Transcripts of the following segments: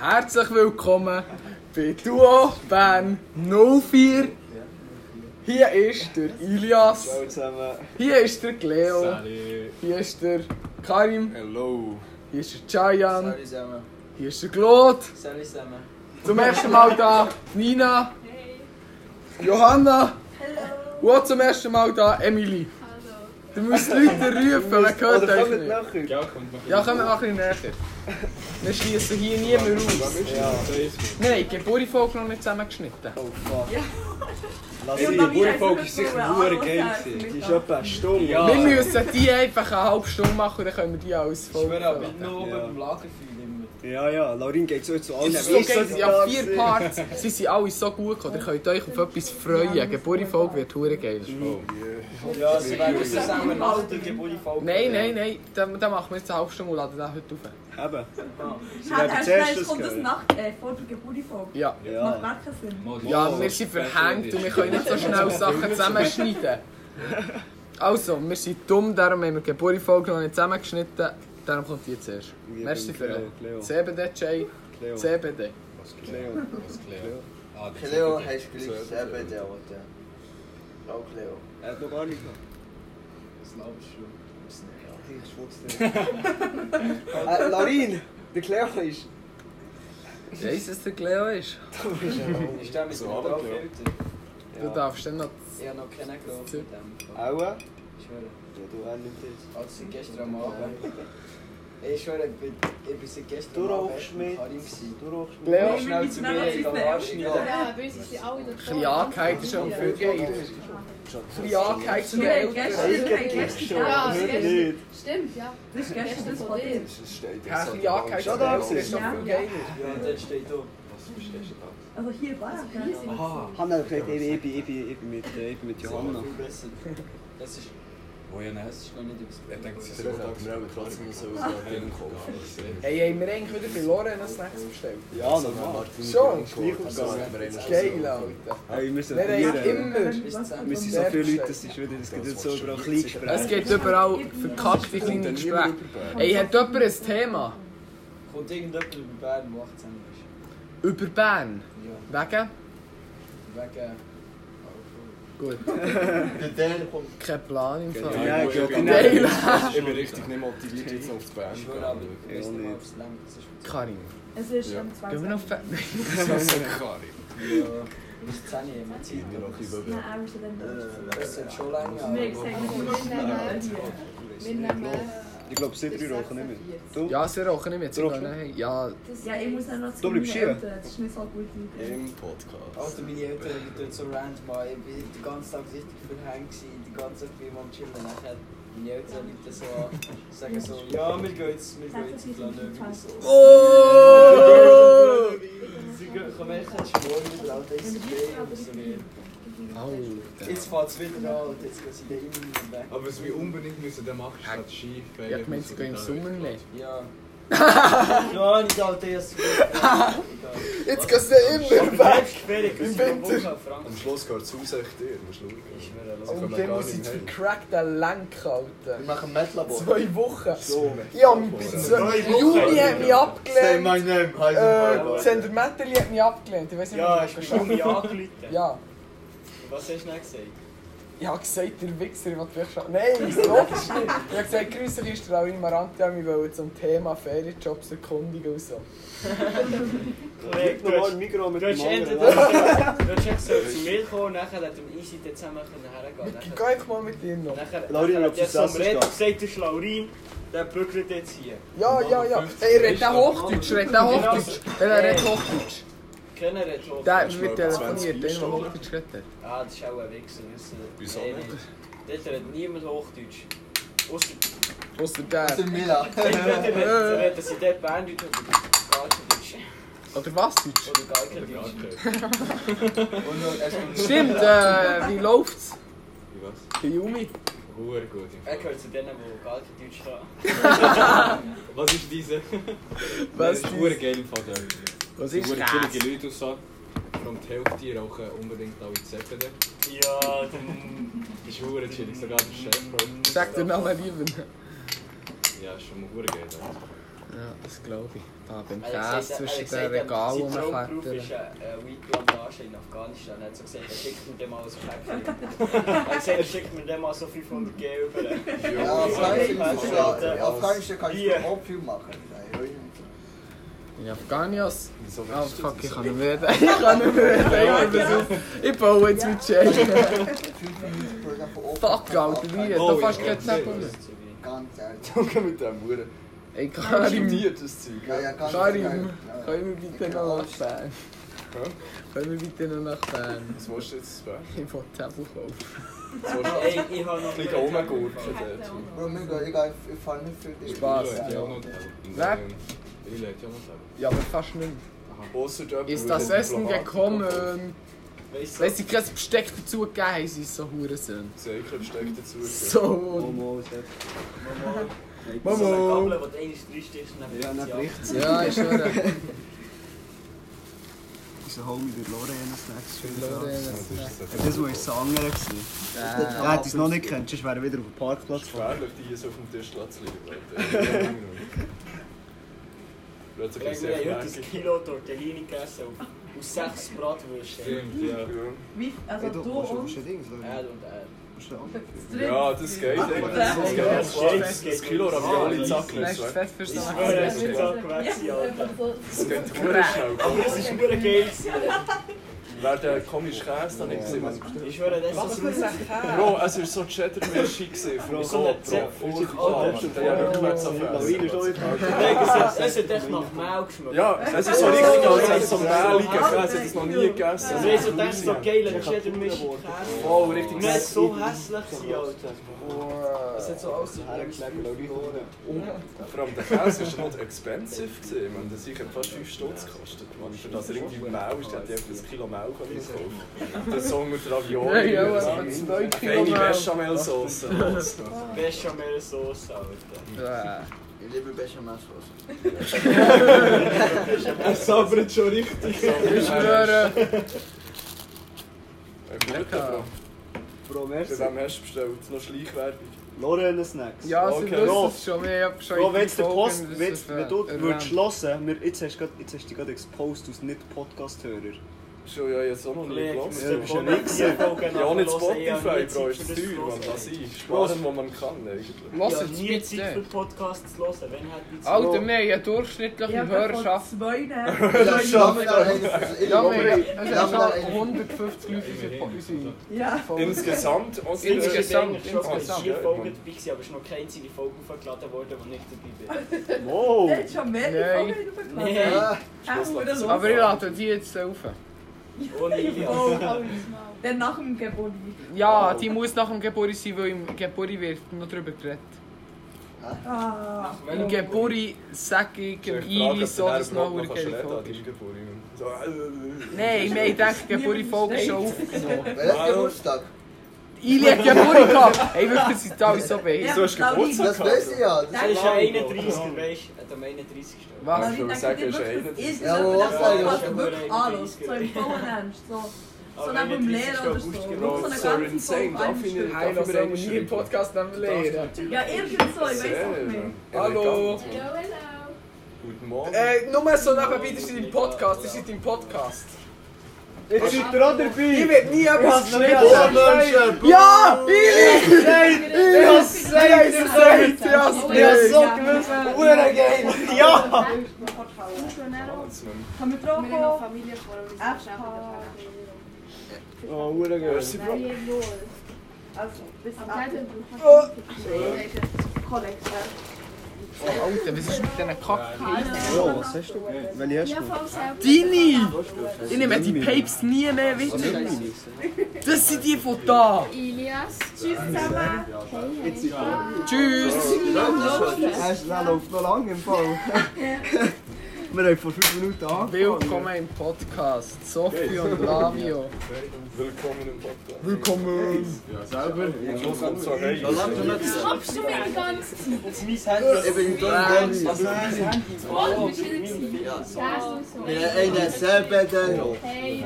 Herzlich willkommen bei Duo Bern 04. Hier ist der Ilias, Hallo zusammen. hier ist der Cleo, Salut. hier ist der Karim, Hello. hier ist der Chayan, Sorry zusammen. hier ist der Claude. Sorry zusammen. Zum ersten Mal da Nina, Johanna und zum ersten Mal da Emily. Du musst die Leute rufen, man hört Oder euch kommt nicht. nachher? Ja, kommt noch Ja, kommen wir noch ein bisschen näher. Wir schließen hier niemand aus. Ja. Nein, die Geburi-Folge noch nicht zusammengeschnitten. Oh fuck. Ja. Lass Ja, ihn. die Die Bullenfolge ist sicher nur geil. gewesen. ist etwa eine Stunde. Ja. Wir müssen die einfach eine halbe Stunde machen und dann können wir die alles Ich schwöre, ab vollfüllen. hinten oben Ja. beim Lagerfeuer immer. Ja, ja. Laurin geht so zu allen. Es ist so geil, sie haben vier Parts, sie sind alle so gut gekommen, ihr könnt euch auf etwas freuen. Die Geburi-Folge wird hure geil. Ja, sie werden uns das auch mal Mal nach der Geburt folgen. Nein, nein, nein, dann, dann machen wir jetzt eine halbe Stunde und laden den heute auf. Eben. Hat hebben erst het gleich eerst kommt das gezien. nach äh, vor der Geburt vor. Ja. Macht Ja. gar keinen Sinn. ja, wir sind verhängt und wir können nicht so schnell Sachen zusammenschneiden. Also, wir sind dumm, darum haben wir die Geburi-Folge noch nicht zusammengeschnitten. Darum kommt die jetzt erst. Merci für Cleo, den Cleo. CBD, Jay. Cleo. CBD. Cleo. Cleo. Cleo heißt gleich selber der Alte. Auch Cleo. Er hat noch gar nicht gemacht. Das glaubst du. Ich schwutze äh, Laurin, der Cleo ist. Weiss, dass der Cleo ist. Ist der mit dem aber klar. Filter? Du darfst dann noch Ich habe noch keinen geglaubt mit dem. Ich Auch? Ja, schwöre. du auch nicht jetzt. Als sie gestern am Abend... Ich schwöre, ich bin- ich bin seit gestern Du am rauchst Abend mit. mit Karim gewesen. Du rauchst mit. Cleo. Schnell zu mir, ich gehe anschneiden. Ja, bei uns sind alle Ein bisschen angeheizt ist schon viel geiler. Ein bisschen angeheizt zu den Wir haben gestern, Eltern. wir haben gestern, Ja, ja. das Hört ist nicht. Stimmt, ja. das ist gestern das von dir. Es steht Ja, Ein bisschen angeheizt zu den Eltern ist noch viel geiler. Ja, er dort steht du. Also hier war es. Hier sind Aha. Hanna hat gesagt, ich bin- ich bin- ich bin- ich bin mit, äh, ich bin mit Das ist noch Johanna. viel besser. Das ist... Oh ja, nein. Das ist noch nicht übers... Ich denke, sie Vielleicht hätten wir aber trotzdem so ein Ding kaufen. Hey, haben wir eigentlich wieder bei Lorena Snacks bestellt? Ja, normal. Schon? Das Geil, Alter. Hey, wir Wir haben sollten immer... Wir sind so viele Leute, das ist wieder, das geht jetzt so über ein Es Kleingespräch. gibt überall verkackte kleine Gespräche. Ey, hat jemand ein Thema? Kommt irgendjemand über Bern, der 18 ist? Über Bern? Ja. Wegen? Wegen... Gut. Der kommt. Kein Plan im Fall. Ja, ich glaube, genau. Geil. Ich bin richtig nicht motiviert, jetzt noch zu Bern Ich zu schwöre, aber gehen. ich weiß Ja, nicht, mehr, nicht. ob es langt. Das ist Karin, Es ist Ja. am 20. gehen wir noch... fe- Das ist so Karin. Ja, bis 10 Uhr immer Zeit. Immer noch ein bisschen Nein, er ist dann dort. Das sind schon lange, Eh, Wir haben aber... gesagt, wir sind hier. wir nehmen... Ich glaube, sie drei rauchen nicht mehr. Du? Ja, sie rauchen nicht mehr. Sie Rauchen? gehen nicht- Ja, Das Ja, ich muss dann noch zu Du bleibst meinen hier? Eltern. Das ist nicht so gut. Im Podcast. Alter, Also, meine Eltern haben dort so random mal, ich bin den ganzen Tag richtig verhängt gewesen, den ganzen Tag bin ich am Chillen. Nachher meine Eltern rufen so an, sagen so, ja, wir gehen jetzt, wir gehen jetzt in Planöwe. So. Oh! Sie gehen, komm, ich kann schwören, wieder, Alter, ist okay, aber so nicht. Oh. Alter. Jetzt fängt es wieder an und jetzt gehen sie da immer weg. Aber was wir unbedingt müssen dann machen, statt Skifahren. Ja, ich meine, sie gehen im Sommer nicht. Ja. ja, nicht Alter, ich hab's vergessen. Jetzt gehst du immer weg! Schwierig, das ist eine Woche, Frank. Am Schluss gehört es raus, echt dir. Du musst schauen. Also, Ich schwöre, lass Und dann muss ich jetzt vercrackten Lenk halten. Wir machen Metlabor. Zwei Wochen. So. Ja, im Juni hat mich Say my abgelehnt. name, Äh, heißen Sender Metterli hat mich abgelehnt. Ich weiß nicht, Ja, was ich ich bin schon. irgendwie angeleitet. Ja. Was hast du denn gesagt? Ich habe gesagt, der Wichser, ich will vielleicht schon. Nein, so logisch nicht. Ich habe gesagt, grüße dich, der Laurin Maranti, wir wollen zum Thema Ferienjobs erkundigen und so. Ich Korrekt, noch mal ein Mikro mit Du hast dem entweder anderen. du hast entweder zu mir kommen und nachher hat er mit Easy dort zusammen können hergehen Geh einfach mal mit dir noch. Nachher, nachher, Laurin, nachher ob hat er sie so am sass Reden ist, gesagt, du bist Laurin, der brückelt jetzt hier. Ja, ja, ja. Hey, red auch Hochdeutsch, red auch Genau. Hochdeutsch. Er redet Hochdeutsch. Kennen wir jetzt schon? Der hat mit mir telefoniert, der hat Hochdeutsch geredet. Ah, das ist auch ein Wichser. wissen wir. Wieso Nein, nicht? nein. Dort redet niemand Hochdeutsch. Ausser Ausser der. Sind Mila. entweder reden- reden sie dort Berndeutsch oder gar kein Deutsch. Oder was Deutsch? Oder gar kein Deutsch. Und nur erst Stimmt, äh, wie läuft's? Ich weiß. Bei Jumi? Huere gut. im Er Fall. gehört zu denen, die gar kein Deutsch haben. Was ist diese? Was Das ist dies? huere geil im Fall. da. Was Es ist sind das? chillige Leute und so. Und die Hälfte rauchen unbedingt alle Zeppelin. Ja, dann. Das ist hure chillig, sogar der Chef raucht. Sag den Namen lieber. Ja, ist schon mal hure geil. Ja, das glaube ich. Da beim Er hat Käse gesagt, er- er zwischen hat den gesagt, Regalen sein Traumberuf rumklettern. ähm, ist eine, eine Weitplantage in Afghanistan. Er hat so gesagt, er schickt mir dem mal so Päckchen. er hat gesagt, er schickt mir dem mal so 500 G über. Ja, Ja, Afghanistan Afghanistan kannst Bier. du auch viel machen. In Afghanias. Wieso Ah, willst du fuck, das? ich kann nicht mehr reden. Ich kann nicht mehr reden. Ich, bin besoffen. ich baue jetzt mit Jay. Fuck, Alter, wie? Da Oh, fast ja, kein ja, Nebel mehr. Ganz ehrlich. Oh, Junge mit dem Huren. Ey, Karim. Studiert das Zeug. Ja, ja, ganz Karim, ehrlich. Ja, ja. können wir bitte noch nach Bern? Hä? Können wir bitte noch nach Bern? Was willst du jetzt? Was Ich will Tabel kaufen. willst du? Ah, Ey, ich habe noch Ein bisschen rumgurken. Bro, mir geht egal, ich- ich fahre nicht für dich. Spaß, Leute, Ah, ja. ja. noch Nebel. Weg. Ich leite ja noch Nebel. Ja, aber fast nicht mehr. Aha. Ausser dort, Ist wo das der Essen Diplomat- gekommen? Weißt du, Wenn sie kein Besteck dazu gegeben haben, sind sie so Hurensohn. Sicher, steckt dazu. So. Momo, es hat. so Momo. eine Gabel, wo du einmal reinstichst und Ja, dann dann bricht es. Ja, ich schwöre. Unser Homie der Lorena Snacks. Lorena Das ist so Das war unser Sanger. Äh, Er hätte es noch nicht kennt, sonst wäre er wieder auf dem Parkplatz gefahren. gefährlich, die hier so auf dem Tisch zu liegen. Leute. Plötzlich Ich ist habe er heute ein Kilo Tortellini gegessen auf- aus sechs Bratwürsten. Stimmt, ja. Wie, also Hey, du du musst du und musst ein Ding, so. Er und er. musst du einen- Ja, das geht. ey. Das geht. Ja, Das geht. Das das geht. Kilo Ravioli zacken. Nächstes Das Fest für so Ich eine schwöre, es Fest. ist so gewesen, Alter. geht verdammt schnell. Aber es ist nur geil. Wer der komische Käse da nicht gesehen hat. Ich schwöre, das ist so Bro, es war so Cheddar-Meschi gewesen. Vom Bro, Brot, so eine Bro. Zepf- Unsere Fahne. Der hat rückwärts auf Lawine schon Essen. Nein, es hat- es hat echt nach Mehl geschmeckt. Ja, es ist so richtig, als hätte es so Mehl gegessen. Es hat es noch nie gegessen. Also ich so denke, so geil, dann steht der Misch. Oh, richtig Nein, nice. so hässlich sein, Alter. Es hat so Vor allem der Käse war noch expensive. Gewesen. Man, das hat fast 5 Stutz gekostet. Man, für das irgendwie Mehl ist, hätte ich einfach ein Kilo Mehl kaufen können. Der Song mit Ravioli. Ja, ja, so aber zwei Kilo Feine Mehl. Bechamel-Sauce. Bechamel-Sauce, Alter. Ja. Ich liebe Bechamel-Sauce. Er sabbert schon richtig. Ich schwöre. Lecker. Bro, Bei merci. wem hast du bestellt? Noch Schleichwerbung? Lorena Snacks. Ja, sie Okay. wissen Bro. es schon, wir haben schon Bro, in wenn jetzt der Folgen, Post, dass wenn, es, äh, wenn du würdest erwähnt. hören, wir, jetzt hast du grad- jetzt hast du dich gerade exposed als Nicht-Podcast-Hörer. Schon ja jetzt auch noch nie gelassen. Ja, bist ein Wichser. Ja, auch nicht Spotify, Bro, ist zu teuer, man kann sein. Sparen, wo man kann eigentlich. Lass Ja, jetzt nie Zeit für bitte. Podcasts zu hören. Wenn hat die Zeit? Alter, wir haben ja durchschnittliche Hörerschaft. Ja, Ja, wir ich es Ja, haben aber- schon 150 Leute unsere unsere Ja. Folge. Insgesamt? unsere- Ich bin Insgesamt, eigentlich schon bei insgesamt. vier Folgen dabei, gewesen, aber es ist noch keine einzige Folge aufgeladen worden, wo ich dabei bin. Wow! Der hat schon mehrere Nee. Folgen aufgeladen. Nee. Aber ich lade die jetzt auf. Ohne Oh, Ilias. Dann nach dem Gebot. Ja, die muss nach dem Geburi sein, weil im Geburi wird noch drüber geredet. Ah. Im Geburi sage ich im Ich frage, Ili ob so, der dass Herr noch Brot eine noch schnell geile da Folge ist ist. geboren. So, äh, Nein, wir haben gedacht, Geburi-Folge ist schon aufgenommen. Wer hat Geburtstag? Ili hat Geburi gehabt! Ey, wirklich, sie sind alle so beiss. So hast du Geburtstag Das weiß ich ja. Das ist ja 31, weißt du? Hat am 31. gestorben. Was? ich denke, sagen, das ist einer. ist Ja, jemand, aber der was Podcast sagen, ist jemand, der wirklich anlässt, so eingeht. im Vollernst, so. So Aber neben dem 31 Lehrer oder so. August Wirklich genau. so eine So ganze Folge insane, darf ich anschreiben. nicht darf ich mir einen schreiben? nehmen Ja, irgend so, ich weiß auch Sehr, nicht. ja. Hallo. Elegant. Hallo, hallo. Guten Morgen. Äh, nur so nebenbei, das ist dein Podcast, das ist dein Podcast. Jetzt seid ihr auch dabei! Ich werde nie etwas Oh, geschnitten. Menschen! Bro. Ja! Ili! Ich hab's gesagt! Ich Seid ihr das Ich hab's so nicht? gewusst! Hure geil! Ja! Jetzt müssen Kann man Wir haben noch drauf Familie vor uns. Ah. Oh, hure wir- geil! Merci, Bro. Also, bis Am Freitag. Oh, Alter, was ist mit diesen Kacken? Bro, was hast du gegeben? Welche hast Ja, du? voll selber. Dini! Ich nehme die Papes nie mehr wieder. Das sind die von da. Ilias. Tschüss zusammen. Hey, hey. Tschüss! Hast du das läuft noch lange im Fall? Wir haben vor 5 Minuten angefangen. Willkommen im Podcast. Sophie und Lavio. Willkommen im Podcast. Willkommen. Am Schluss kommt so hey. Kommst du mir die ganze Zeit? Jetzt mein Handy. Ich bin Also Don mein Handy. Oh, du bist wieder gewesen. Da ist so. Ja, ey, der selbe Don. Hey,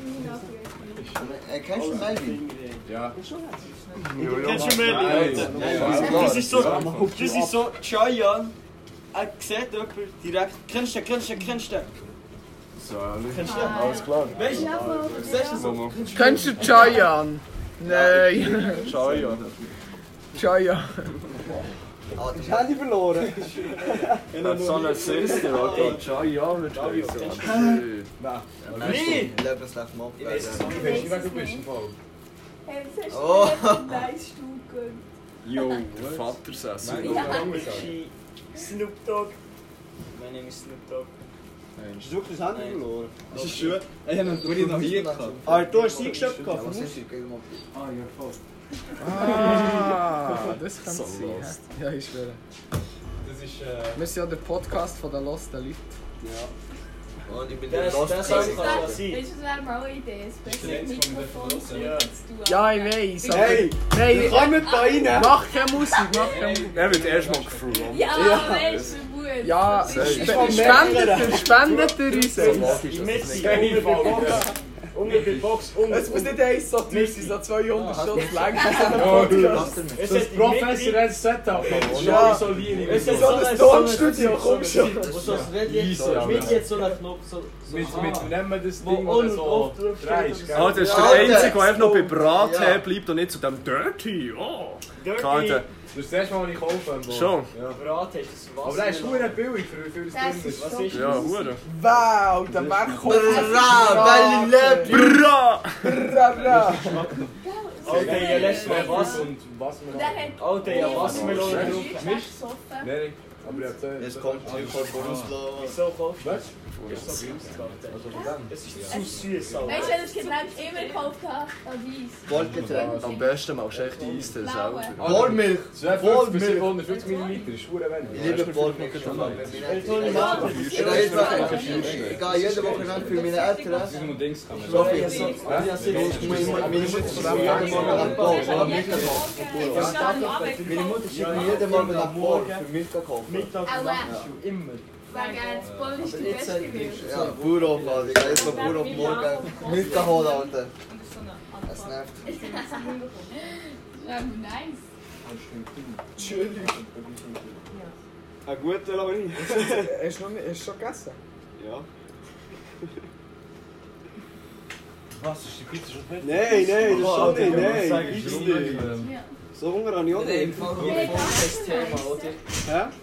Sophie. Kennst du Melvin? Ja. Kennst du Nein, mir nein, die? nein. Das ist so... Das ist so... Chayan. er sieht jemand direkt, kennst du, den, kennst du, den, kennst du? den? Kennst du? den? Alles klar. Weißt du, siehst du so? Momo. Kennst du Chayan? Nein, Schau ja. Chayan. Ah, das Handy verloren. Hat so eine Sister, okay. Schau ja, wird scheiße. Nee! Lebenslauf Mob. Ich weiß es Alter. nicht. Ich weiß es nicht. Hey, was hast Oh. du denn nice Stuhl gegeben? Jo, der Vater Sessel. Snoop Dogg. Mein Name ist Snoop Dogg. Hast du das Handy Nein. verloren? Das ist schön. Ich habe einen Guri noch hier Ah, du hast eingeschleppt Ja, gehabt. was ist gegen Mob? Ah, ja, voll. Ah, das kann So sein. lost. hä? Ja, ich schwöre. Das ist, äh... Wir sind ja der Podcast von den losten Leuten. Und ich bin der Das- Lost das Weißt Sorry, du, King. kann das- das sein? weißt du, das wäre mal eine Idee, ein besseres Jetzt kommen wir von Mikrofon zu draussen. Ja. tun. Ja, ich weiß, aber... Hey, Nein, komm mit da rein! mach keine Musik, mach keine Musik. Er wird erstmal gefroren. Ja, weißt du, gut. Ja, Das sp- ist- spendet er, spendet er uns eins. Logisch, dass das Messi, nicht unter der Box. Unter der Box, unter. Es muss nicht eins so teuer sein, so 200 Stunden lang. Es ist professionelles Setup. Ja, Es ist so ein Tonstudio, komm schon. So ein Rädchen, Easy, aber- mit jetzt so einen Knopf, so... Mit, mit, nehmen wir das dus Ding oder so... Dreist, Ah, das ist der Ja, Einzige, der noch bei Brat Ja. her bleibt und nicht zu dem Dirty. Oh. Karte. Das erste Mal, was ich kaufe. am Ball. Schon. Brat hast das Wasser. Aber der ist verdammt billig für für das Das Ding. ist Was so ist Ja, Hure. Wow, der Berg kommt. Bra, Belle Lepp! Bra! Bra, Alter, ja, lässt mal was was. und was man Der hat Alter, ja, Wassermelone drauf. drauf. Nein, aber ich habe Es kommt hier von Borussia. Wieso kaufst du Was? das? Ist so süß, Alter. Also von dem? Es ist zu süß, Weißt Alter. du, das Getränk immer gekauft habe? Weiss. Goldgetränk. Am besten mal schlechte Eistee Blaue. selber. Goldmilch. 250 bis 750 Milliliter, ist verdammt Ich wenig. liebe Goldmilch. Goldmilch. Ich gehe jede Woche ran für meine Eltern. nur Dings kann So viel. Meine Mutter schickt mir jeden Morgen nach Bord. Ja, Meine jeden Morgen. Das ist noch am Abend gekauft. Mutter schickt mir jeden Morgen nach Bord für mich zu kaufen. Mittag und Aua. Nacht schon immer. Wegen des Boll ist die beste Milch. Ja, Bauernhof, Alter. Ich gehe jetzt von Bauernhof morgen Milch holen, Alter. Es nervt. Ja, nice. Ein guter Launi. Hast du noch nicht- hast du schon gegessen? Ja. Was dus ist die Pizza schon fertig? Nein, nein, Oh, das schon nicht, Sag nein. ich Gibt's schon. nicht. Ja. So Hunger habe ich auch Nein, nicht. voll das Thema, oder? Hä?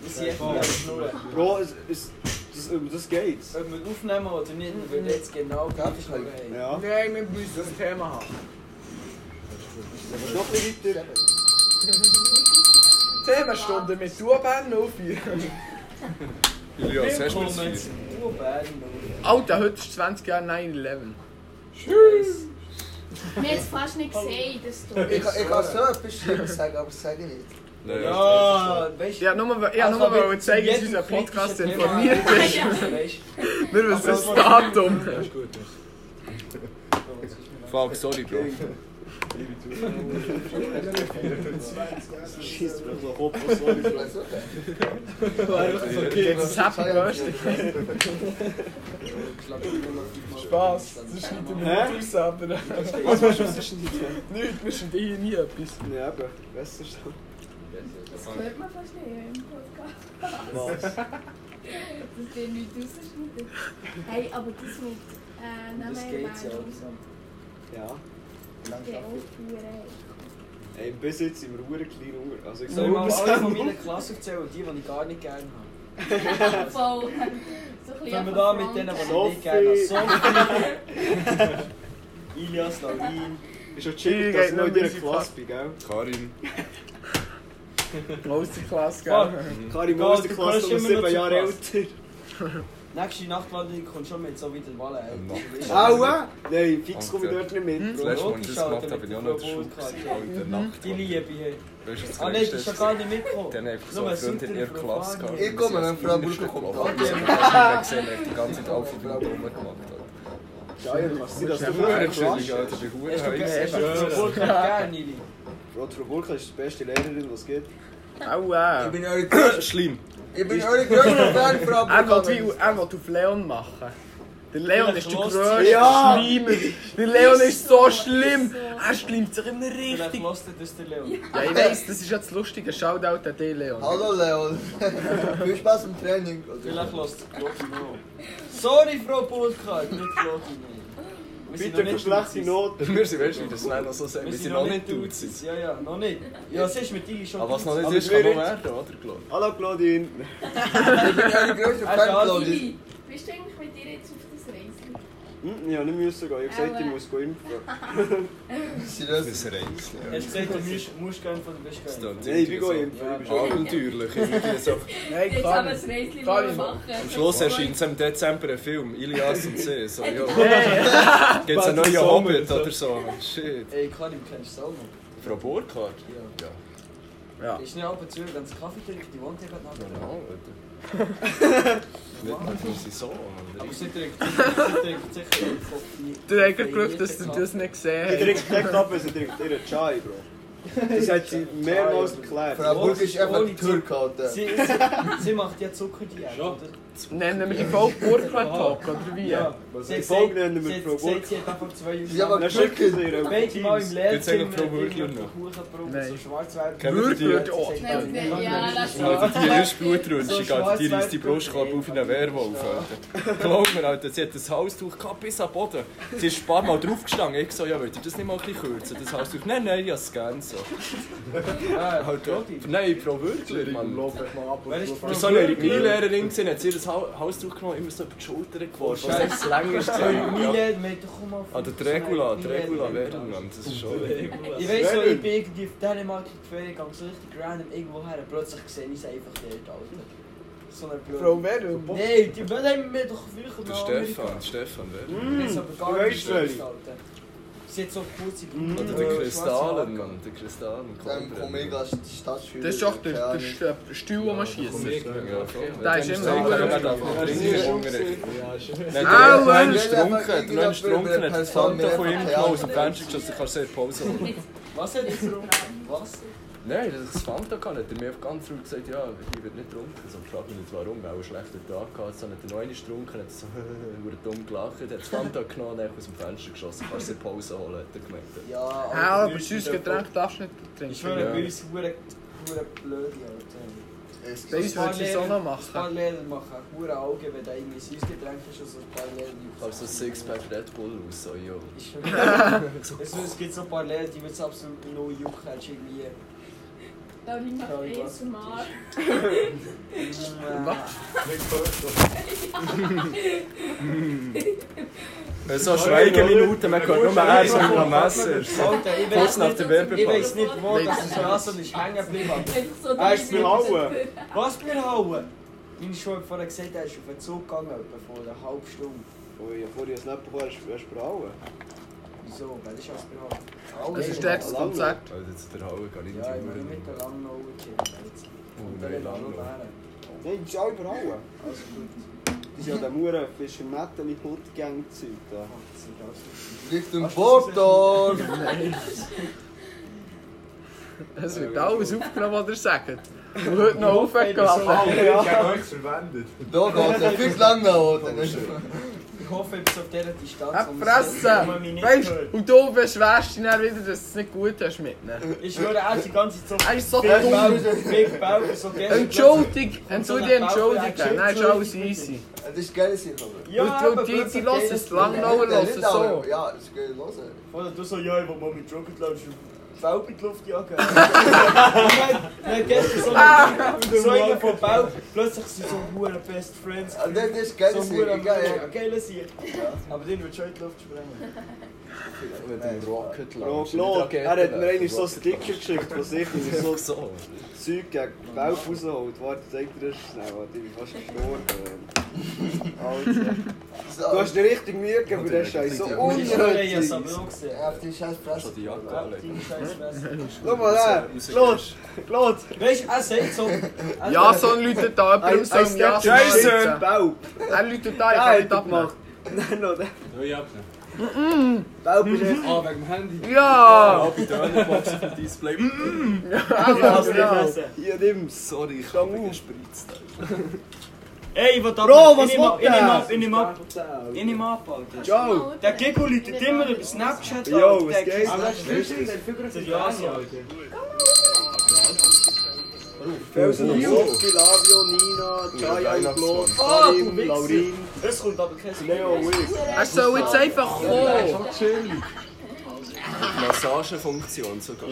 Wir sind echt nur schnurren. Bro, es, es, das, über das geht's. Ob wir aufnehmen oder nicht, wir würden jetzt genau die Schnurren haben. Ja. Nein, wir müssen ein Thema haben. Noch ein bisschen weiter. Themenstunde mit Duben auf hier. Julius, hast du mir Willkommen das zu Urbern. Alter, heute ist 20 Jahre 9-11. Wir haben es fast nicht gesehen, das Tor. Ich ich kann so etwas Schlimmes sagen, aber ich sage nicht. Ja, weißt Ja, nur, ja, nou nur Also, weil ich zeigen, dass jedem unser Podcast kritischen informiert ist. Thema- Weißt Wir wissen das Datum. Fuck, Fuck, sorry, Bro. Scheiss, Bro, so hopp, was soll ich? Weißt du? Also, Jetzt happy birthday. Spass, das schneiden wir Hä? nicht raus, aber... Was willst du rausschneiden? Nichts, wir schneiden hier nie etwas. Ja, eben. Besser schon. Das hört man fast nicht im Podcast. Was? Dass der nichts rausschneidet. Hey, aber das mit... Äh, du, das Namen geht ja auch. Ja. Landschaft. Ey, bis jetzt sind wir verdammt klein Uhr. Also ich Soll ich mal sag mal, alle von Sam. meiner Klasse erzählen, die, die ich gar nicht gerne habe? Voll. So ein bisschen Fangen wir da mit denen, die ich nicht gerne habe. Sophie, Ilias, Laurin. Ist schon Die chillig, dass geht ich noch in nicht deiner mehr Klasse bin, gell? Karin. Grosse Klasse, gell? Kari, Egal, Maus, der du Klasse, gehörst du bist immer noch sieben zur Jahre Klasse. älter. Nächste Nacht, wenn du kommst schon mit so wieder Wallen. ey. Aua! äh? Nein, fix Ach, komme ich der- dort nicht mit. Hm? Das letzte Mal, als ich das gemacht habe, bin ich auch noch in der Schule. gewesen. Alter, Nacht. Die Liebe hier. Weißt du, das Ah nein, die ist Größte schon ist- gar nicht mitgekommen. Dann einfach so Nur eine ein Freundin in ihrer Sutter Klasse verfahren. gehabt. Ich komme, wenn Frau Brücke Innerste kommt. Klappe. Ich habe gesehen, er hat die ganze Zeit Alpha Brücke rumgemacht. Ja, ja, kannst du sein, dass du nur in der Alter. Hure chillig, Klasse Alter. bist. Ich bin hure Hast du heiß. hast du zur Burg gerne, Ili? Bro, Frau Burka ist die beste Lehrerin, was geht. Aua. Ich bin eure größte- Schlimm. Ich bin eure größte Fan, Frau Er Brücke. will wie- er will auf Leon machen. Der Leon ist der Vielleicht grösste Ja. Schleimer. Der Leon ist so schlimm. so. Er schlimmt sich immer Vielleicht richtig. lässt ihr das der Leon. Ja, ich weiss, das ist jetzt lustig. Ein Shoutout an dich, Leon. Hallo Leon. Viel Spaß im Training. Also, Vielleicht lässt ihr Glocki noch. Sorry, Frau Polkart, nicht Glocki noch. Wir sind noch Bitte für nicht schlechte Duzis. Noten. Wir sind, weißt du, wie das schnell noch so sagen, Wir sind noch nicht Duzis. Ja, ja, noch nicht. Ja, siehst du, mit dir ist schon Aber was noch nicht Aber ist, wir kann noch reden. werden, oder? Glaub. Hallo Claudine. Meine größte Ah, Also, Fan, Ivi, bist du eigentlich mit dir jetzt auf das Äh, Reisen? Hm, ja, nicht müssen gehen. Ich habe gesagt, ich Aber- muss gehen impfen. Seriös. Das reins. Hast du gesagt, du musst, musst gehen von der Bist gehen? Nein, ich bin gehen impfen. Ich bin schon- Abenteuerlich. irgendwie so. Nein, Jetzt klar aber nicht. das Reisli Gar mal nicht. machen. Am Schluss erscheint im Dezember ein Film, Ilias und sie. So, ja. Hey, Gibt es Bad einen neuen Sommer Hobbit oder oder so? Shit. Ey, Karim, kennst du Salmo? Frau Burkhardt? Ja. Ja. Ja. Ist nicht ab und zu, wenn es Kaffee trinkt, die wohnt ja gerade nachher. Genau, oder? Nicht mal für seinen Sohn. oder? Aber sie trinkt, sie trinkt sicher einen Kaffee. Du hast gerade geschaut, dass du das nicht Ich gesehen hast. trinke keinen Kaffee, sie trinkt ihren Chai, Bro. Das hat sie mehrmals erklärt. Frau Burg ist einfach Türk, Alter. Sie, sie, sie macht ja Zuckerdiät, Ja. oder? Nennen wir die Folge Burkhardt-Talk, oder wie? Was Sie die hat gesagt- Folge nennen wir sie hat Frau gesagt, Burg. Sie hat einfach zwei Sie haben Dann schicken sie ihr Beide auf Mal im Teams. Lehrzimmer Jetzt sagen wir Frau Würgler irgendwie noch. Kuchenbrot, Nein. so schwarz-weiß. Kennen wir die? Burkhardt, oh. Nein, wir- Ja, lass mal. Alter, die erste Blutrunde, Alter, die reißt die Brustkorb auf einen Werwolf, Alter. Glaub mir, Alter, sie hat das Halstuch gehabt bis am Boden. Sie ist ein paar Mal draufgestanden. Ich so, ja, wollt ihr das nicht mal ein bisschen kürzen, das Halstuch? Nein, nein, ich hab's gern so. Ah, Alter, Broti. nein, Frau Würgler, Mann. Wer ist die Frau Das war so eine Würgler? Chemielehrerin, gewesen, hat sie das Ha- Halstuch genommen, immer so über die Schulter geworfen. Oh, Ah, Scheiße. Was lang ist das? Ja. Milan, wir haben doch auch mal von- Alter, die Regula, die so eine Regula Milan- Währung, Mann, das ist schon... Ich weiß so, ich bin irgendwie auf Dänemark in die Ferien gegangen, so richtig random irgendwo her. Plötzlich sehe ich sie einfach dort, Alter. So eine blöde... Frau Weru. Nein, die Welle haben wir doch früher Der nach Stefan, der Amerika. Stefan, wer? Ich weiß aber Du gar weißt nicht, wie das welche. Alter. Sie hat so kurze Mm. Brüder, Oder der äh, Kristallen, schwarze Haare. Mann, der Kristallen. Dann komme ich als Stadtschüler. Das ist doch der, keine der, Ahnung. der, der Stuhl, den man schießt. Da Der ist immer Nein, Aua. der Mensch ist trunken, der Mensch ist trunken, hat das Foto von ihm genommen aus dem Fenster geschossen, kannst du sehr Pause holen. Was hat die Frau? Was? Nein, das ist das Fanta gar nicht. Er hat mir ganz ruhig gesagt, ja, ich werde nicht trunken. So, ich frage mich nicht warum, er hat einen schlechten Tag gehabt, so hat er noch einen getrunken, hat so verdammt dumm gelacht, hat das Fanta genommen und aus dem Fenster geschossen, kannst du sehr Pause holen, hat er gemeint. Ja, Alter, Ja, aber Leute, süßes die Getränk darfst du nicht Ich trinken. schwöre, Ja. wir sind hure hure blöd, Alter. Es- Bei uns würdest du es auch noch machen. Ein paar Lehrer machen hure Augen, wenn da irgendwie süßes Getränk ist also und so ein paar Lehrer Kannst du so ein Sixpack Red Bull raus, so, ja. Ich schwöre. Also, Es gibt so ein paar Lehrer, die würden absolut no jucken, hättest du irgendwie... Da liegt noch ASMR. Was? So Schweigeminuten, man hört nur eins und am Messer. Alter, ich Kurz weiß nach nicht, der ich Werbepause. weiss nicht wo, dass ich so nass und ich hängen geblieben. Einfach so Ah, ist mir Aua. Was wir hauen? Meine Schule hat vorher gesagt, er ist auf den Zug gegangen, etwa vor einer halben Stunde. Ui, ich habe vorhin ein Snap bekommen, hast du brauen? Wieso? Wer ist Aspirant? Alle. Das ist dort das Konzert. Alter, jetzt der Hauen gar nicht Ja, ich bin mit der langen Augen gekippt. Und dann hat nein, er lang noch noch. Bären. Nein, das ist alle brauen. Also gut. Die sind an dem Uhren Fisch im Metten in Hutgang gezeugt. da. Ach, das sind alles- Richtung Porto. Es wird alles aufgenommen, was ihr sagt. Und heute noch aufgeladen. Da geht's ja viel lang nach unten. Oh, Ich hoffe, ich bin so auf dieser Distanz. Hab wo man es nicht- wo man mich Fresse! nicht Weißt hört. du, und du beschwerst dich dann wieder, dass du es nicht gut hast mit ihnen. Ich würde auch die ganze Zeit so Er ist so Big dumm. Bauer- Big Bauer so gerne. Entschuldig, entschuldige, entschuldige. Nein, ist alles easy. Das ist geil, Silber. Und- und die- die hören es lang noch. Ja, lassen nicht alle. so. Ja, das ist geil. Also, hören. Oder du so, ja, ich will mal mit Rocket Launch Baub in die Luft jagen. Nein, nein, gestern so einen- so einen von Baub, plötzlich sind so hure Best Friends. Ah, Das das ist geil, so Silber. hure Geil. geile Sicht. Ah, Aber den wird schon in die Luft sprengen. Mit dem Rocket Bro, Claude, er hat mir eigentlich so einen Sticker geschickt, der sich in so so so. Zeug gegen Welp rausholt. Warte, zeig dir das schnell. Warte, ich bin fast gestorben. Alter. Du hast dir richtig Mühe gegeben für den Scheiß. So Ich schwöre, ich hab's unnötig. aber auch gesehen. Ja, Auf die scheiß Fresse. Schon die Jacke Ja, anlegen. deine scheiß Fresse. Schau mal her. Los, los. Weißt du, er sagt so. er- Ja, so ein Leute da, Ein jemand soll im Ja Sketch. sagen. Scheiße. Welp. Er Leute da, ich Der kann hat nicht er gemacht. abmachen. Nein, noch der. Welp ist echt- Ah, wegen dem Handy. Ja! Halbe Dönerbox auf dem Display. Mm, Ja, ja. genau. Hier nimm's. Sorry, ich Schau habe auf. gespritzt. Ey, wat dat? Bro, was in hem wat ab, in hem dat? ab, in hem ab. In hem ab, Alter. Oh, Ciao! Der Gekko läutet immer über Snapchat ah, Yo, an. was Der geht? Gekko- Aber Das ist ja so, Alter. Felsen und Sophie, Lavio, Nina, Chaya, Claude, Karim, Laurin, Es kommt aber kein Leo, Wick. Er soll jetzt einfach kommen. Massagefunktion sogar.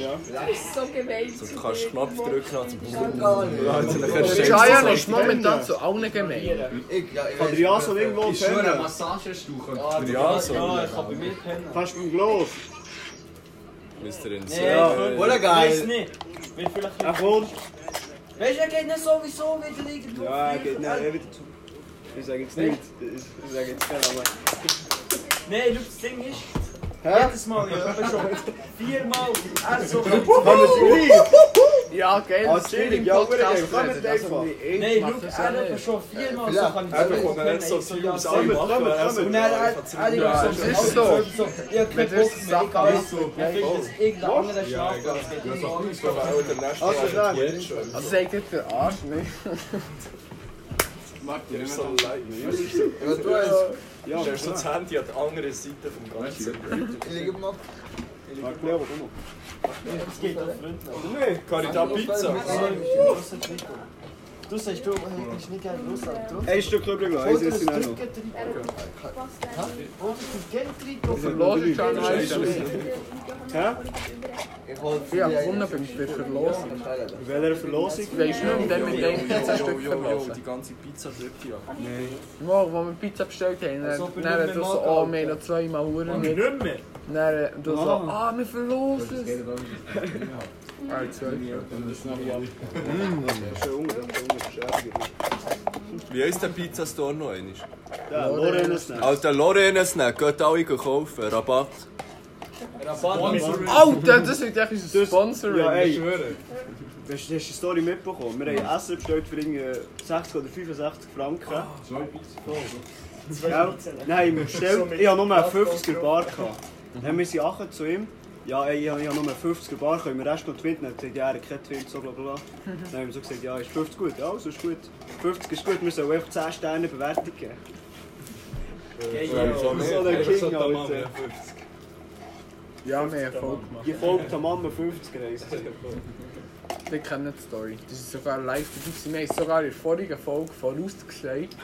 so gemein. Du kannst Knopf drücken also und Cheyenne ist momentan zu allen gemein. Ich, ja, ich Kann weiß. der Jason irgendwo pennen? Ja, so. Ja, ich kann bei mir pennen. Kannst du mit dem Gloss? Müsst ihr in eh, Oder Weiß geil. nicht. Wird vielleicht Er kommt. Weißt du, er geht nicht sowieso wieder irgendwo. Ja, er geht nicht. Ah, Er wird zu. Ich sag jetzt nicht. Ich sag jetzt nicht, aber... Nein, schau, das Ding ist, Hä? jedes Mal, ja, etwa schon viermal, er so Kann man sie gleich? Ja, geil. Als Schilling, ja, aber ich kann reden, nicht das einfach. nicht. Nein, macht schau, das er ja hat nicht. schon viermal so Ja, kann ich er so kommt nicht so so viel ja, aus so. allem. Kommt, kommt, Und kommt. dann hat er die Ja, gesagt, das ist alles so. sowieso. Ich hab Wenn keinen das Bock mehr, Sachen ich kann ist, jetzt ich will jetzt irgendeinen anderen Schlafplatz. Ich will morgen schlafen. Also dann. Also sagt jetzt der Arsch nicht. Der ist so leid. Was du hast. Ja, Du stellst so das Handy an die andere Seite vom ganzen Ich liege im Mock. Mark Leo, komm mal. Es geht auf Freunde. Kann ich da Pizza? Du sagst, du hättest nicht gerne Russland, du? Äh, Ein Stück übrig lassen, eins essen wir noch. Verlosen schon heißt Hä? Ich hol Ich habe gewonnen beim- bei der Verlosung. In welcher Verlosung? Weisst du nicht, dann mit dem Pizzastück Die verlosen. ganze Pizza drückt ja. Morgen, wo wir Pizza bestellt haben, Also, dann bin dann ich du mit so, Mat, oh, Alter. wir haben noch zweimal Uhren mit. Nicht mehr. Dann du so, Ah. ah, wir verlosen es. Ah, zwei. Schön unten, unten beschäftigt. Wie heißt der Pizzastore noch einmal? Da, Lorena Snack. Alter, Lorena Snack, geht alle kaufen. Rabatt. Alter, das ist echt unser Das- Sponsoring. Ja, ey. Hast du hast die Story mitbekommen? Wir haben Essen bestellt für irgendwie 60 oder 65 Franken. Gell? Nein, wir bestellt. Ich habe nur einen 50er Bar gehabt. Dann wir sind achten zu ihm. Ja, ey, ich habe ich habe nur einen 50er Bar gehabt. Im Rest noch Twint. Dann hat er gesagt, ja, er hat keinen Twint, so bla bla bla. Dann haben wir so gesagt, ja, ist 50 gut? Ja, also ist gut. 50 ist gut, wir sollen einfach 10 Sterne Bewertung geben. So der King, Alter. Ja, wir haben Erfolg gemacht. Die folgt am Mann 50 gereist. Die kennen die Story. Das ist sogar live dabei. gewesen. Wir haben es sogar in der vorigen Folge vorausgesagt.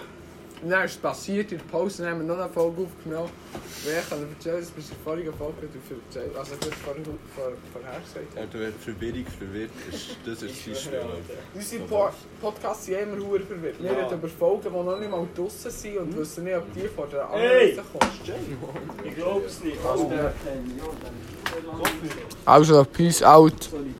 Und dann ist es passiert, in der Pause dann haben wir noch eine Folge aufgenommen. Und ich kann dir erzählen, dass bis in der vorigen Folge du erzählt Also, das vor, vor, vorher gesagt. Ja, du wirst Verwirrung verwirrt. ist- Das ist das System. Unsere Dus po Podcasts sind immer verdammt verwirrt. Wir reden über Folgen, die noch nicht mal draussen sind und wissen nicht, ob die vor der Hey! anderen rauskommen. Ich glaub's nicht. Also, der- Also, peace out.